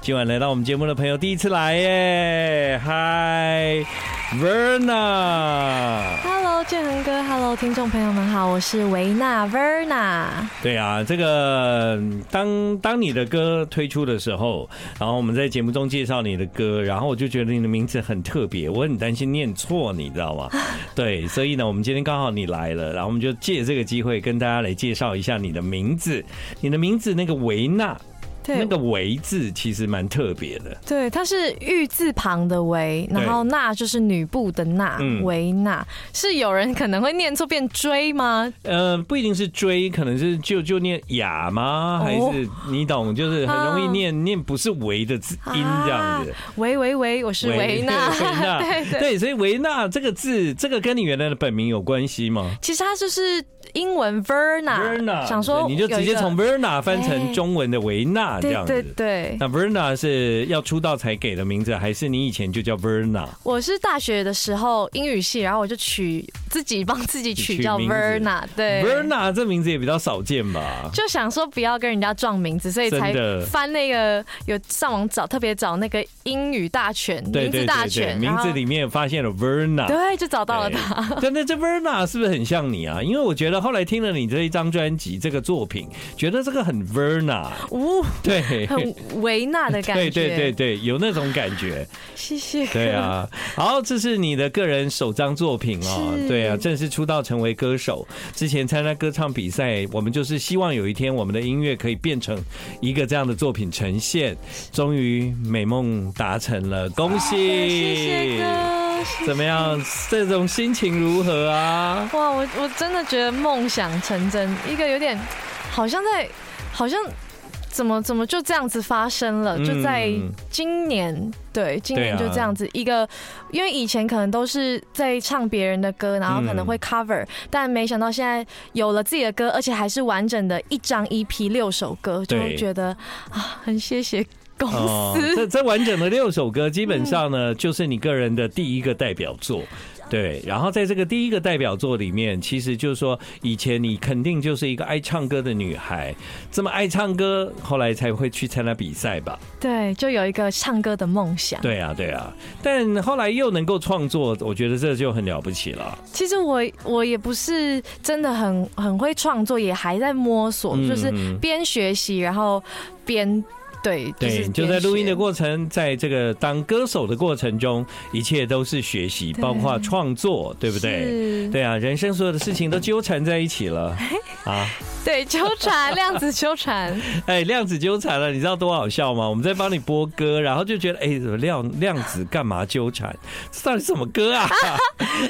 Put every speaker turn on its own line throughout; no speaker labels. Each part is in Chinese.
今晚来到我们节目的朋友第一次来耶，嗨，Verna。
Hello，建恒哥，Hello，听众朋友们好，我是维纳 Verna。
对啊，这个嗯当当你的歌推出的时候，然后我们在节目中介绍你的歌，然后我就觉得你的名字很特别，我很担心念错，你知道吗？对，所以呢，我们今天刚好你来了，然后我们就借这个机会跟大家来介绍一下你的名字。你的名字那个维纳，
对，
那个维字其实蛮特别的。
对，它是玉字旁的维，
对
然后娜就是女部的娜
嗯，
维娜是有人可能会念错变追吗？
呃，不一定是追，可能是就就念雅吗？还是你懂，就是很容易
哦啊
念念不是维的字音这样子。
维维维，我是维娜。
维 纳，
对对。
对，所以维纳这个字，这个跟你原来的本名有关系吗
其实它就是英文 Verna，,
？Verna，
啊想说
你就直
有一
接
个
从 Verna 翻成中文的维纳这
对
样
对
子。
对，
那 Verna 是要出道才给的名字，还是你以前就叫 Verna？
我是大学的时候英语系，然后我就取自己帮自己
取
取叫
名字
Verna，对
Verna 这名字也比较少见吧？
就想说不要跟人家撞名字，所以才
真的
翻那个有上网找，特别找那个英语大全、
对
名字
对对
大
对，
全，
名
然后
字里面发现了 Verna。
对，就找到了
对
他。
对，那这 Verna 是不是很像你啊？因为我觉得后来听了你这一张专辑这个作品，觉得这个很 Verna，
呜、
对，
很维纳的感
对
觉。
对对，对，有那种感觉。
谢谢。
对，啊，好，这是你的个人首张作品哦。
是
对啊，正式出道成为歌手之前参加歌唱比赛，我们就是希望有一天我们的音乐可以变成一个这样的作品呈现。终于美梦达成了，恭
对
喜！
谢谢哥。谢谢
怎么样？这种心情如何啊？
哇，我我真的觉得梦想成真，一个有点好像在好像。怎么怎么就这样子发生了？
嗯
就在今年，对，今年
对
就
啊
这样子一个，因为以前可能都是在唱别人的歌，然后可
嗯
能会 cover，、但没想到现在有了自己的歌，而且还是完整的一张 EP 六首歌，就
对哦
觉得啊，很谢谢公司。
这这完整的六首歌，基本上呢，就是你个人的第一个代表作。对，然后在这个第一个代表作里面，其实就是说，以前你肯定就是一个爱唱歌的女孩，这么爱唱歌，后来才会去参加比赛吧？
对，就有一个唱歌的梦想。
对啊，对啊，但后来又能够创作，我觉得这就很了不起了。
其实我我也不是真的很很会创作，也还在摸索，
嗯
哦就是边学习然后边对，
对，
是
就在录音的
边学
过程，在这个当歌手的过程中，一切都是学习，
对
包括创作，对不对？
是
对啊，人生所有的事情都纠缠在一起 了啊。
对纠缠量子 纠缠，
哎，量子纠缠了，你知道多好笑吗？我们在帮你播歌，然后就觉得，哎，怎么量量子干嘛纠缠？这到底什么歌 啊？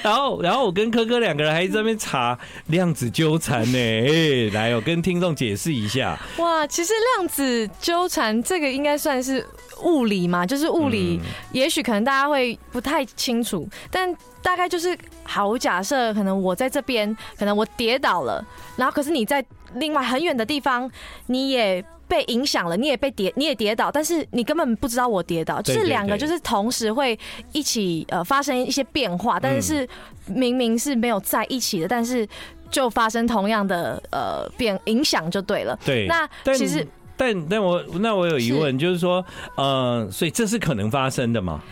然后，然后我跟科科两个人还在那边查量子纠缠呢、哎，来，我跟听众解释一下，
哇！其实量子纠缠这个应该算是物理嘛，就是物
嗯
理，也许可能大家会不太清楚，但大概就是好。我假设可能我在这边，可能我跌倒了，然后可是你在另外很远的地方，你也。被影响了，你也被跌，你也跌倒，但是你根本不知道我跌倒，就
对
是两个
对
就
对
是同时会一起呃发生一些变化，但是是明明是没有在一起的，但是就发生同样的呃变影响就对了。
对，
那
但
其实。
但但我那我有疑问，就是说，呃，所以这是可能发生的嘛？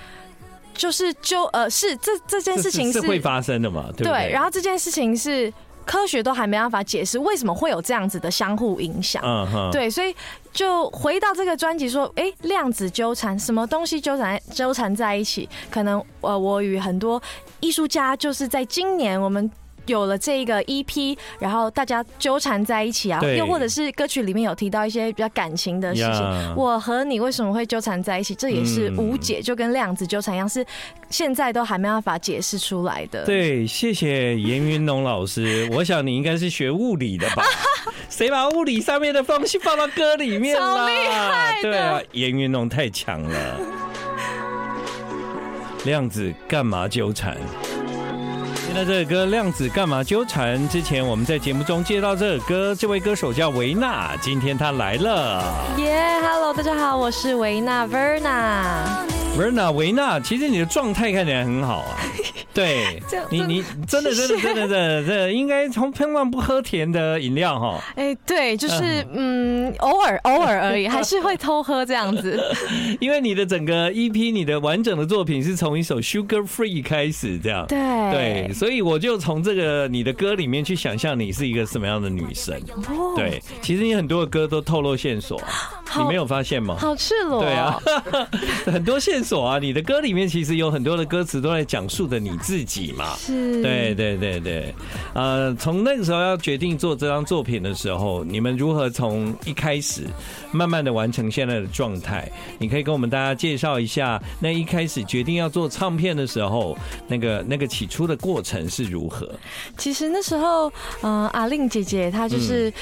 就是就呃是这这件事情
是会发生的嘛？对不对？
对，然后这件事情是科学都还没办法解释为什么会有这样子的相互影响。
嗯哼，
对，所以就回到这个专辑说，哎、量子纠缠，什么东西纠缠纠缠在一起？可能呃，我与很多艺术家就是在今年我们。有了这个 EP，然后大家纠缠在一起啊，
对
又或者是歌曲里面有提到一些比较感情的事情
呀
我和你为什么会纠缠在一起？这也是无解，
嗯
就跟量子纠缠一样，是现在都还没办法解释出来的。
对，谢谢严云龙老 师。我想你应该是学物理的吧？谁把物理上面的东西放到歌里面啦？
超厉害的
对啊，严云龙太强了。量子干嘛纠缠？现在这首歌《量子干嘛纠缠》之前，我们在节目中介绍这首歌，这位歌手叫维纳，今天他来了。
耶、h e l l o 大家好，我是维纳 Verna。
维纳，维纳，其实你的状态看起来很好啊。对
这样，
你
真
你真的真的真的真的，这应该从碰到不喝甜的饮料哈。
哎、对，就是嗯，偶尔偶尔而已，还是会偷喝这样 子。
因为你的整个 EP，你的完整的作品是从一首 Sugar Free 开始，这样。
对
对，所以我就从这个你的歌里面去想象你是一个什么样的女生。
哦
对，其实你很多的歌都透露线索，啊你没有发现吗？
好赤裸、哦。
对啊， 很多线索啊，你的歌里面其实有很多的歌词都在讲述的你自己嘛。
是，
对对对对，呃，从那个时候要决定做这张作品的时候，你们如何从一开始慢慢的完成现在的状态？你可以跟我们大家介绍一下，那一开始决定要做唱片的时候，那个那个起初的过程是如何？
其实那时候，嗯、阿令姐姐
嗯
她就是。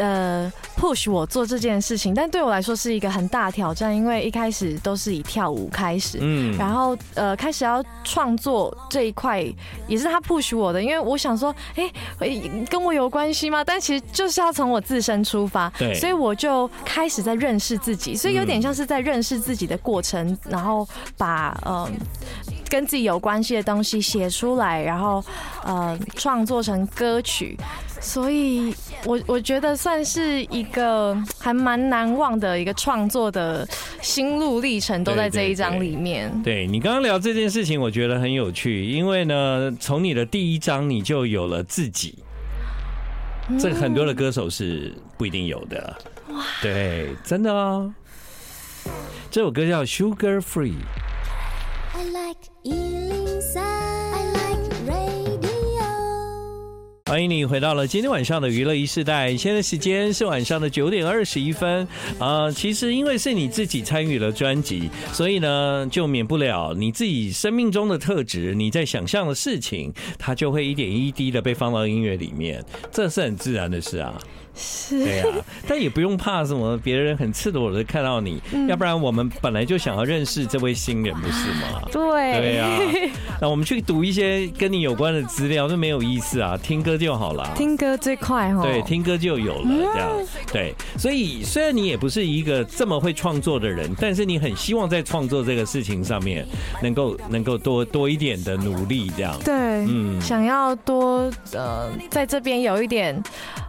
呃，push 我做这件事情，但对我来说是一个很大挑战，因为一开始都是以跳舞开始，
嗯，
然后呃，开始要创作这一块也是他 push 我的，因为我想说，哎、诶跟我有关系吗？但其实就是要从我自身出发，
对
所以我就开始在认识自己，所以有点像是在认识自己的过程，然后把呃跟自己有关系的东西写出来，然后呃创作成歌曲，所以我我觉得算是一个还蛮难忘的一个创作的心路历程，都在这一
对对
张
对
里面。
对你刚刚聊这件事情，我觉得很有趣，因为呢，从你的第一章你就有了自己，这个很多的歌手是不一定有的。对，真的啊。这首歌叫《Sugar Free》。
I like Ealing Sound. I like radio.
欢迎你回到了今天晚上的娱乐一世代，现在时间是晚上的九点二十一分。呃，其实因为是你自己参与了专辑，所以呢，就免不了你自己生命中的特质，你在想象的事情，它就会一点一滴的被放到音乐里面，这是很自然的事啊。
是
对呀、啊但也不用怕什么别人很赤裸的看到你，要不然我们本来就想要认识这位新人，不是吗？对啊
对，
呀、 那我们去读一些跟你有关的资料，那没有意思啊，听歌就好了。
听歌最快哦。嗯
对，听歌就有了，这样对。所以虽然你也不是一个这么会创作的人，但是你很希望在创作这个事情上面能够能够多多一点的努力，这样。
对，
嗯
想要多呃，在这边有一点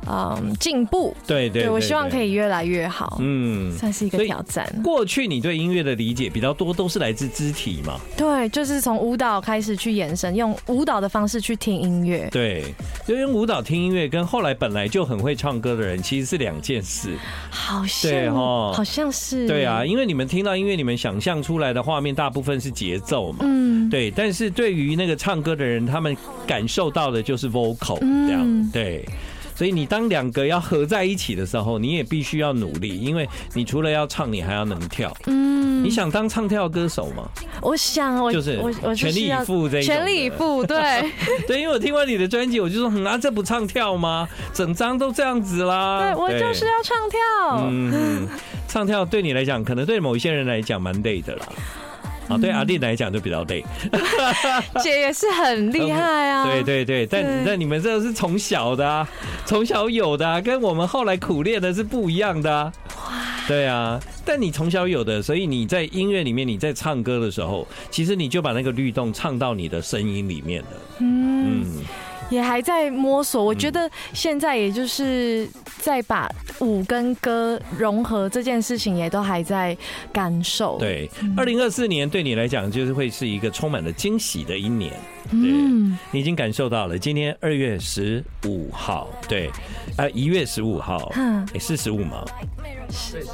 嗯进、步。
对对
我希望可
以，
以越来越好，
嗯。
算是一个
所以
挑战。
过去你对音乐的理解比较多，都是来自肢体嘛？
对，就是从舞蹈开始去延伸，用舞蹈的方式去听音乐。
对，就用舞蹈听音乐，跟后来本来就很会唱歌的人其实是两件事。
好
对
像
哦
好像是
对啊，，因为你们听到音乐，你们想象出来的画面大部分是节奏嘛。
嗯，
对，但是对于那个唱歌的人，他们感受到的就是 vocal 这样，
嗯
对。所以你当两个要合在一起的时候，你也必须要努力，因为你除了要唱，你还要能跳。嗯，你想当唱跳歌手 吗？
我想我
就是
我我
全力以
要
赴这一种的
全力以 赴，对
对，因为我听完你的专辑，我就说，嗯啊，这不唱跳吗？整张都这样子啦。
对， 我就是要唱跳。
嗯，唱跳对你来讲，可能对某一些人来讲蛮累的啦。啊，对阿弟来讲就比较累，
姐也是很厉害啊，
对对对，但
对
但你们这个是从小的啊，从小有的啊，跟我们后来苦练的是不一样的啊。对啊，但你从小有的，所以你在音乐里面，你在唱歌的时候，其实你就把那个律动唱到你的声音里面了。
嗯。
嗯，
也还在摸索。我觉得现在也就是在把舞跟歌融合这件事情，也都还在感受。，
对，
嗯
二零二四年对你来讲就是会是一个充满了惊喜的一年。对，
嗯
你已经感受到了。今天二月十五号，对，呃，一月十五号，
嗯
诶是十五吗？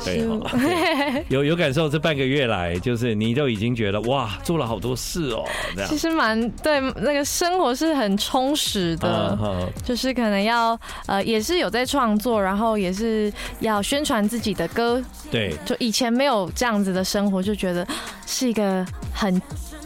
对
十五
哦， 对有有感受，这半个月来，就是你都已经觉得哇，做了好多事哦，这样
其。实蛮对那个生活是很充实的
嗯。哼
就是可能要呃，也是有在创作，然后也是要宣传自己的歌。
对，
就以前没有这样子的生活，就觉得啊是一个很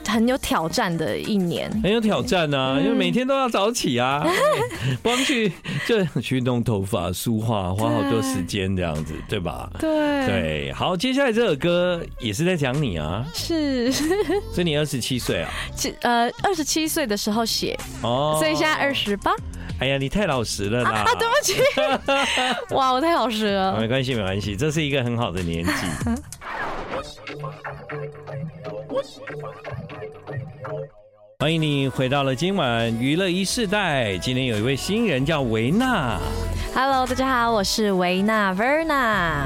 很有挑战的一年。
很有挑战
嗯
啊，因为每天都要早起 啊，对光去就去弄头发、梳化，花好多时间这样子，对吧？
对，
对，好，接下来这首歌也是在讲你啊，
是
所以你二十七岁啊，
其呃二十七岁的时候写
哦，
所以现在二，十八
哎呀，你太老实了啦，
啊， 对不起， 哇，我太老实了。
没关系，没关系，这是一个很好的年纪。欢迎你回到了今晚娱乐一世代，今天有一位新人叫维娜
Hello，大家好，我是维娜 Verna。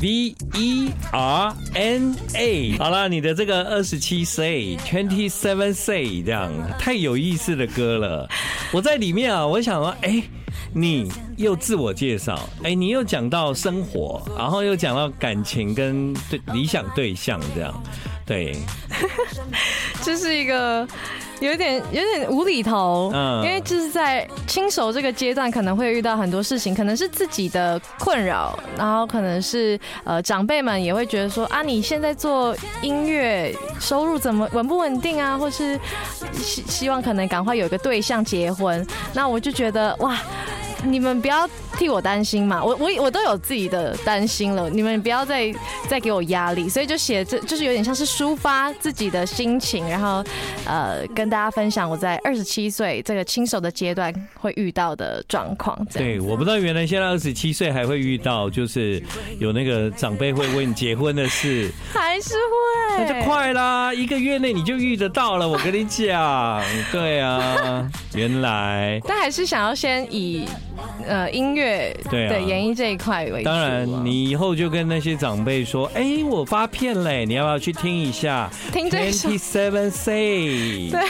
V E R N A。好了，你的这个二十七 C twenty seven C 这样太有意思的歌了。我在里面啊，我想说，哎、你又自我介绍，哎、你又讲到生活，然后又讲到感情跟对理想对象这样，对，
这是一个有点有点无厘头，
嗯
因为就是在亲手这个阶段，可能会遇到很多事情，可能是自己的困扰，然后可能是呃长辈们也会觉得说啊，你现在做音乐收入怎么稳不稳定啊，或是希希望可能赶快有一个对象结婚，那我就觉得哇。你们不要替我担心嘛，我我我都有自己的担心了，你们不要再再给我压力，所以就写这就是有点像是抒发自己的心情，然后呃跟大家分享我在二十七岁这个亲手的阶段会遇到的状况。这样
对，我不知道原来现在二十七岁还会遇到，就是有那个长辈会问结婚的事，
还是
那
会，
就快啦，一个月内你就遇得到了。我跟你讲，对 啊，原来
但还是想要先以呃音乐
对啊
对演艺这一块为主啊、
当然，你以后就跟那些长辈说，哎、我发片嘞，你要不要去听一下
听这首
Twenty Seven C？
对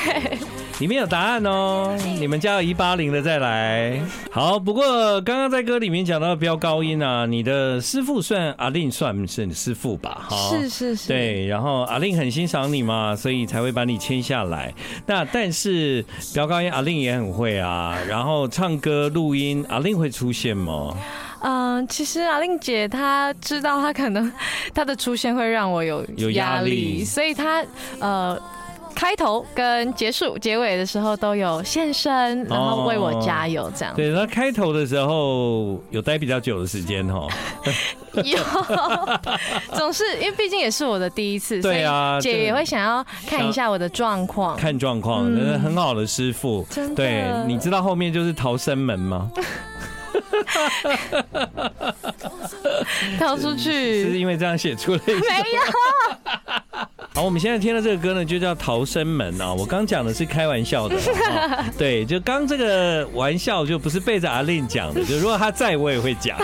里面有答案哦，你们加有一八零的再来。好，不过刚刚在歌里面讲到飙高音啊，你的师傅算阿令算是你师傅吧？哈
是是是，
对，然后阿令很欣赏你嘛，所以才会把你签下来。那但是飙高音阿令也很会啊，然后唱歌录音阿令会出现吗？
嗯、其实阿令姐她知道，她可能她的出现会让我有
有压力
所以她呃开头跟结束、结尾的时候都有现身，然后为我加油这样。
哦对，他开头的时候有待比较久的时间哦。
有，总是因为毕竟也是我的第一次，
对啊
所以
这
姐也会想要看一下我的状况。
看状况，
嗯
真的很好的师傅
真的。
对，你知道后面就是逃生门吗？
跳出
是
去
因为这样写出了一
没 有？
好，我们现在听到这个歌呢，就叫《逃生门》啊。我刚讲的是开玩笑的 啦，哈对，就刚这个玩笑就不是背着阿令讲的，就如果他在我也会 讲。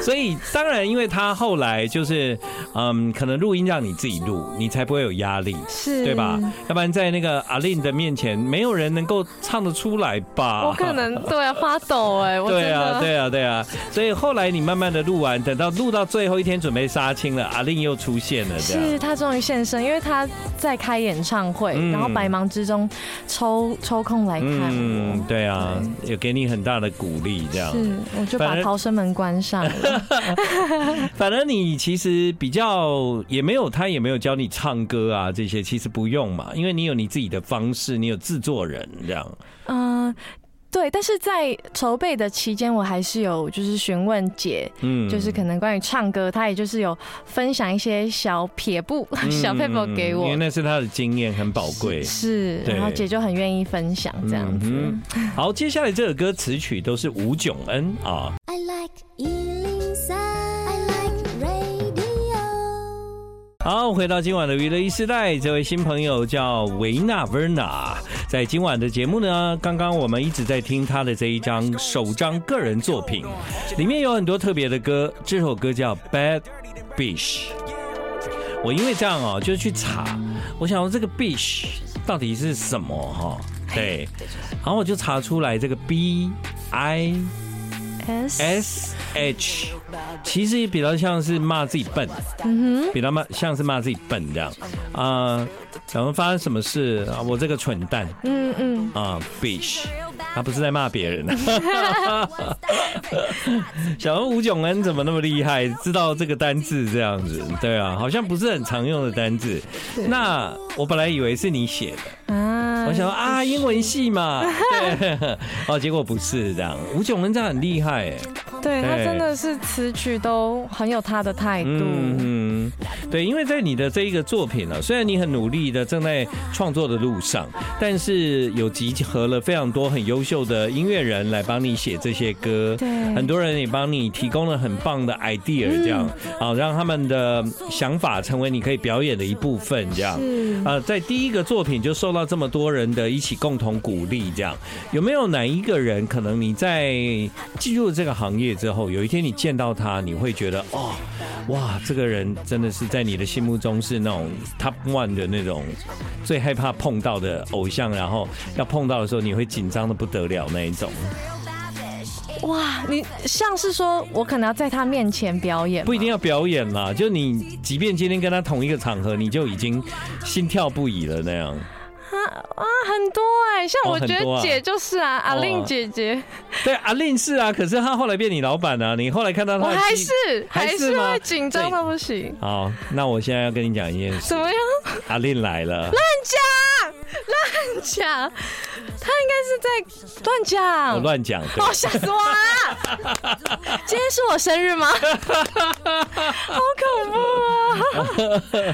所以当然，因为他后来就是，嗯，可能录音让你自己录，你才不会有压力，
是
对吧？要不然在那个阿令的面前，没有人能够唱得出来吧？
我可 能对啊发抖哎、我真
对啊，
的
对啊，对啊，所以后来你慢慢的录完，等到录到最后一天准备杀青了，阿令又出现了，这样
是他终于现身，因为他在开演唱会，
嗯
然后百忙之中抽抽空来看我。
嗯，对啊，有给你很大的鼓励，这样。
是，我就
反
把
而
逃生门关上 了。
反而你其实比较也没有，他也没有教你唱歌啊，这些其实不用嘛，因为你有你自己的方式，你有制作人这样。
嗯、对，但是在筹备的期间，我还是有就是询问姐，
嗯
就是可能关于唱歌，她也就是有分享一些小撇步、 小
嗯
paper 给
因为
我。
那是他的经验很宝贵。
是，
对
然后姐就很愿意分享这样子。
嗯哼好，接下来这首歌词曲都是吴炯恩啊。
I like Ealing Sound. I like radio.
好，回到今晚的娱乐一时代，这位新朋友叫维纳 Verna。在今晚的节目呢，刚刚我们一直在听他的这一张首张个人作品，里面有很多特别的歌。这首歌叫《Bad Beach》。我因为这样哦、就去查，我想说这个 Beach 到底是什么哈、哎对，然后我就查出来这个 B I
S
S H，其实也比较像是骂自己笨，比较骂像是骂自己笨这样啊。想后发生什么事啊？我这个蠢蛋
嗯嗯，
啊，bitch，他不是在骂别人 的。想问吴炯恩怎么那么厉害，知道这个单字这样子？对啊，好像不是很常用的单字。那我本来以为是你写的。
啊
我想说啊，英文系嘛，对， 哦，结果不是这样。吴炯恩这样很厉害哎，
对他
对
真的是词曲都很有他的态度。
嗯，对，因为在你的这一个作品呢、啊，虽然你很努力的正在创作的路上，但是有集合了非常多很优秀的音乐人来帮你写这些歌，
对
很多人也帮你提供了很棒的 idea，这样啊，让他们的想法成为你可以表演的一部分，这样。
是
啊，在第一个作品就受到这么多人的一起共同鼓励，这样有没有哪一个人可能你在进入这个行业之后，有一天你见到他，你会觉得哦，哇，这个人真的是在你的心目中是那种 top one 的那种最害怕碰到的偶像，然后要碰到的时候你会紧张的不得了那一种，
哇，你像是说我可能要在他面前表演吗，
不一定要表演啦，就你即便今天跟他同一个场合，你就已经心跳不已了那样。
啊，很多哎、像
哦
我觉
很多啊
得姐就是啊，阿令姐姐，
对，阿令是啊，可是他后来变你老板啊，你后来看到
我
他的
还
戏
是
还
还
是
是
吗
会紧张到不行。
好，那我现在要跟你讲一件事，
怎么 样？
阿令来 了，
讲乱讲，他应该是在乱
我
讲。
乱讲 的
哦，，吓死我了！ 今天是我生日吗？好恐怖啊！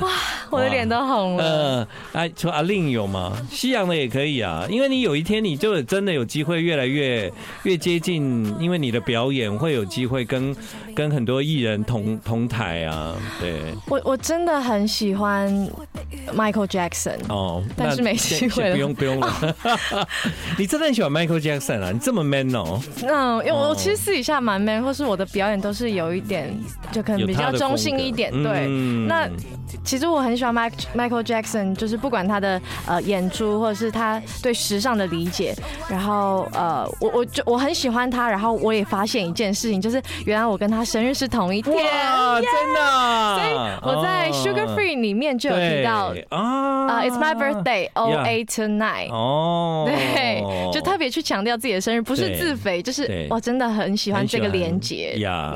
哇，我的脸都红了。
呃，哎，除阿令有吗？西洋的也可以啊，因为你有一天你就真的有机会越来越越接近，因为你的表演会有机会跟跟很多艺人同同台啊，对，
我我真的很喜欢 Michael Jackson。
哦，
但
那
是没
先
机会
先
了
不用不用了， 你真的很喜欢 Michael Jackson 啊，你这么 man 哦，
嗯，因为
哦
我其实私底下蛮 man，或是我的表演都是有一点，就可能
有
比
他
较
的
中
风
性
格
一点。对，
嗯
那其实我很喜欢 Mike- Michael Jackson，就是不管他的呃演出，或者是他对时尚的理解，然后呃，我我就我很喜欢他，然后我也发现一件事情，就是原来我跟他生日是同一天。
哇，真的啊，
所以我在
哦
Sugar Free 里面就有提到，
对啊
呃，It's my birthday, oh O A tonight。
哦，
对，就特别去强调自己的生日，不是
对
自肥，就是
对
我真的很喜欢
很喜
这
欢
个连接。
呀。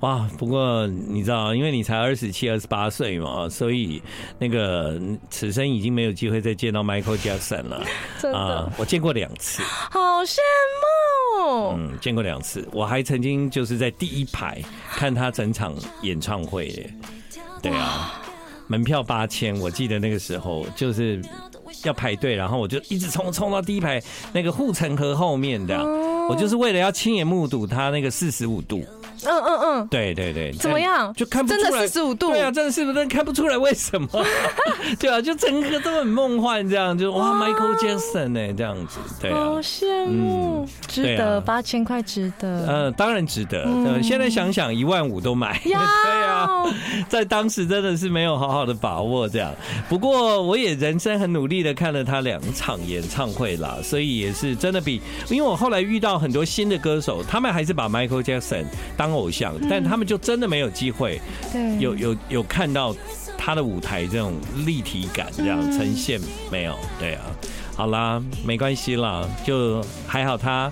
哇，不过你知道，因为你才二十七、二十八岁嘛，所以那个此生已经没有机会再见到 Michael Jackson 了
真的、
啊！我见过两次，
好羡慕。
嗯，见过两次，我还曾经就是在第一排看他整场演唱会耶，对啊。门票八千，我记得那个时候就是要排队，然后我就一直冲冲到第一排那个护城河后面的，啊
哦
我就是为了要亲眼目睹他那个四十五度。
嗯嗯嗯，
对对对，
怎么样
就看不出
真
来
的45度
对啊，真的是不是看不出来为什 么？对啊，就整个都很梦幻，这样就哇，Michael Jackson 呢、这样子，对啊
好。羡慕，值
对
得
啊
八千块，值得。
呃，当然值得。呃，现在想想一万五都买， 对啊，
要
在当时真的是没有好好的把握这样。不过我也人生很努力的看了他两场演唱会啦，所以也是真的比，因为我后来遇到很多新的歌手，他们还是把 Michael Jackson 当偶像，但他们就真的没有机会
对
有有有看到他的舞台这种立体感这
嗯
样呈现没有？对啊，好啦，没关系啦，就还好他。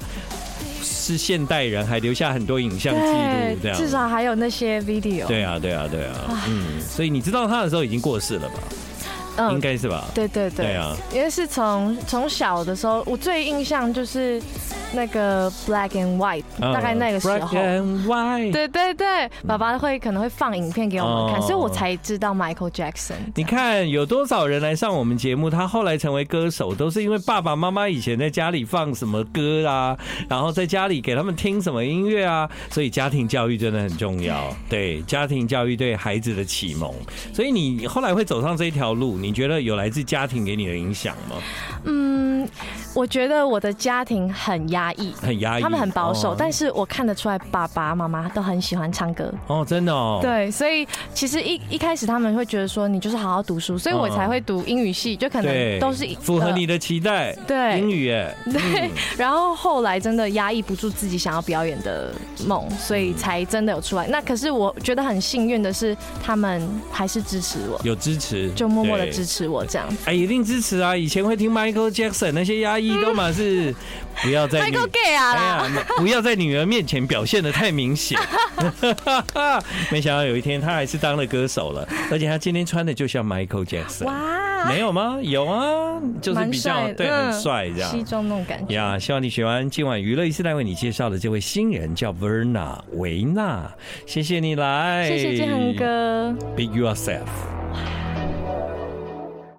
是现代人，还留下很多影像记录，这
对，
样
至少还有那些 video。
对啊，对啊，对啊，嗯，所以你知道他的时候已经过世了吧？应
嗯，
该是吧？
对对对，
对啊
因为是从从小的时候，我最印象就是那个 black and white，、
嗯
大概那个时
Black
候。
and white
对对对，爸爸会可能会放影片给我们看，
哦
所以我才知道 Michael Jackson。
你看有多少人来上我们节目，他后来成为歌手，都是因为爸爸妈妈以前在家里放什么歌啊，然后在家里给他们听什么音乐啊，所以家庭教育真的很重
嗯
要。对，家庭教育对孩子的启蒙，所以你后来会走上这一条路，你觉得有来自家庭给你的影响吗？
嗯，我觉得我的家庭很压抑，
很压抑，
他们很保守，
哦
但是我看得出来，爸爸妈妈都很喜欢唱歌。
哦，真的哦，
对，所以其实一一开始他们会觉得说你就是好好读书，所以我
嗯
才会读英语系，就可
对，
能都是
符合
呃
你的期待。
对
英语耶，
对，然后后来真的压抑不住自己想要表演的梦，所
嗯
以才真的有出来。那可是我觉得很幸运的是，他们还是支持我，
有支持，
就默默的
对
支。持我这样。
哎，一定支持啊！以前会听 Michael Jackson 那些压抑都嘛是，不要在女
嗯 Michael Gay 啊
哎
啦，
呀，不要在女儿面前表现的太明 显。没想到有一天他还是当了歌手了，而且他今天穿的就像 Michael Jackson。
哇啊，
没有吗？有啊，就是
蛮
比较
帅
对，
嗯
很帅这
西
样。
装那种感觉。
呀希望你喜欢今晚娱乐一时代为你介绍的这位新人叫 Verna 维纳，谢谢你来，
谢谢建恒哥。
，Big Yourself。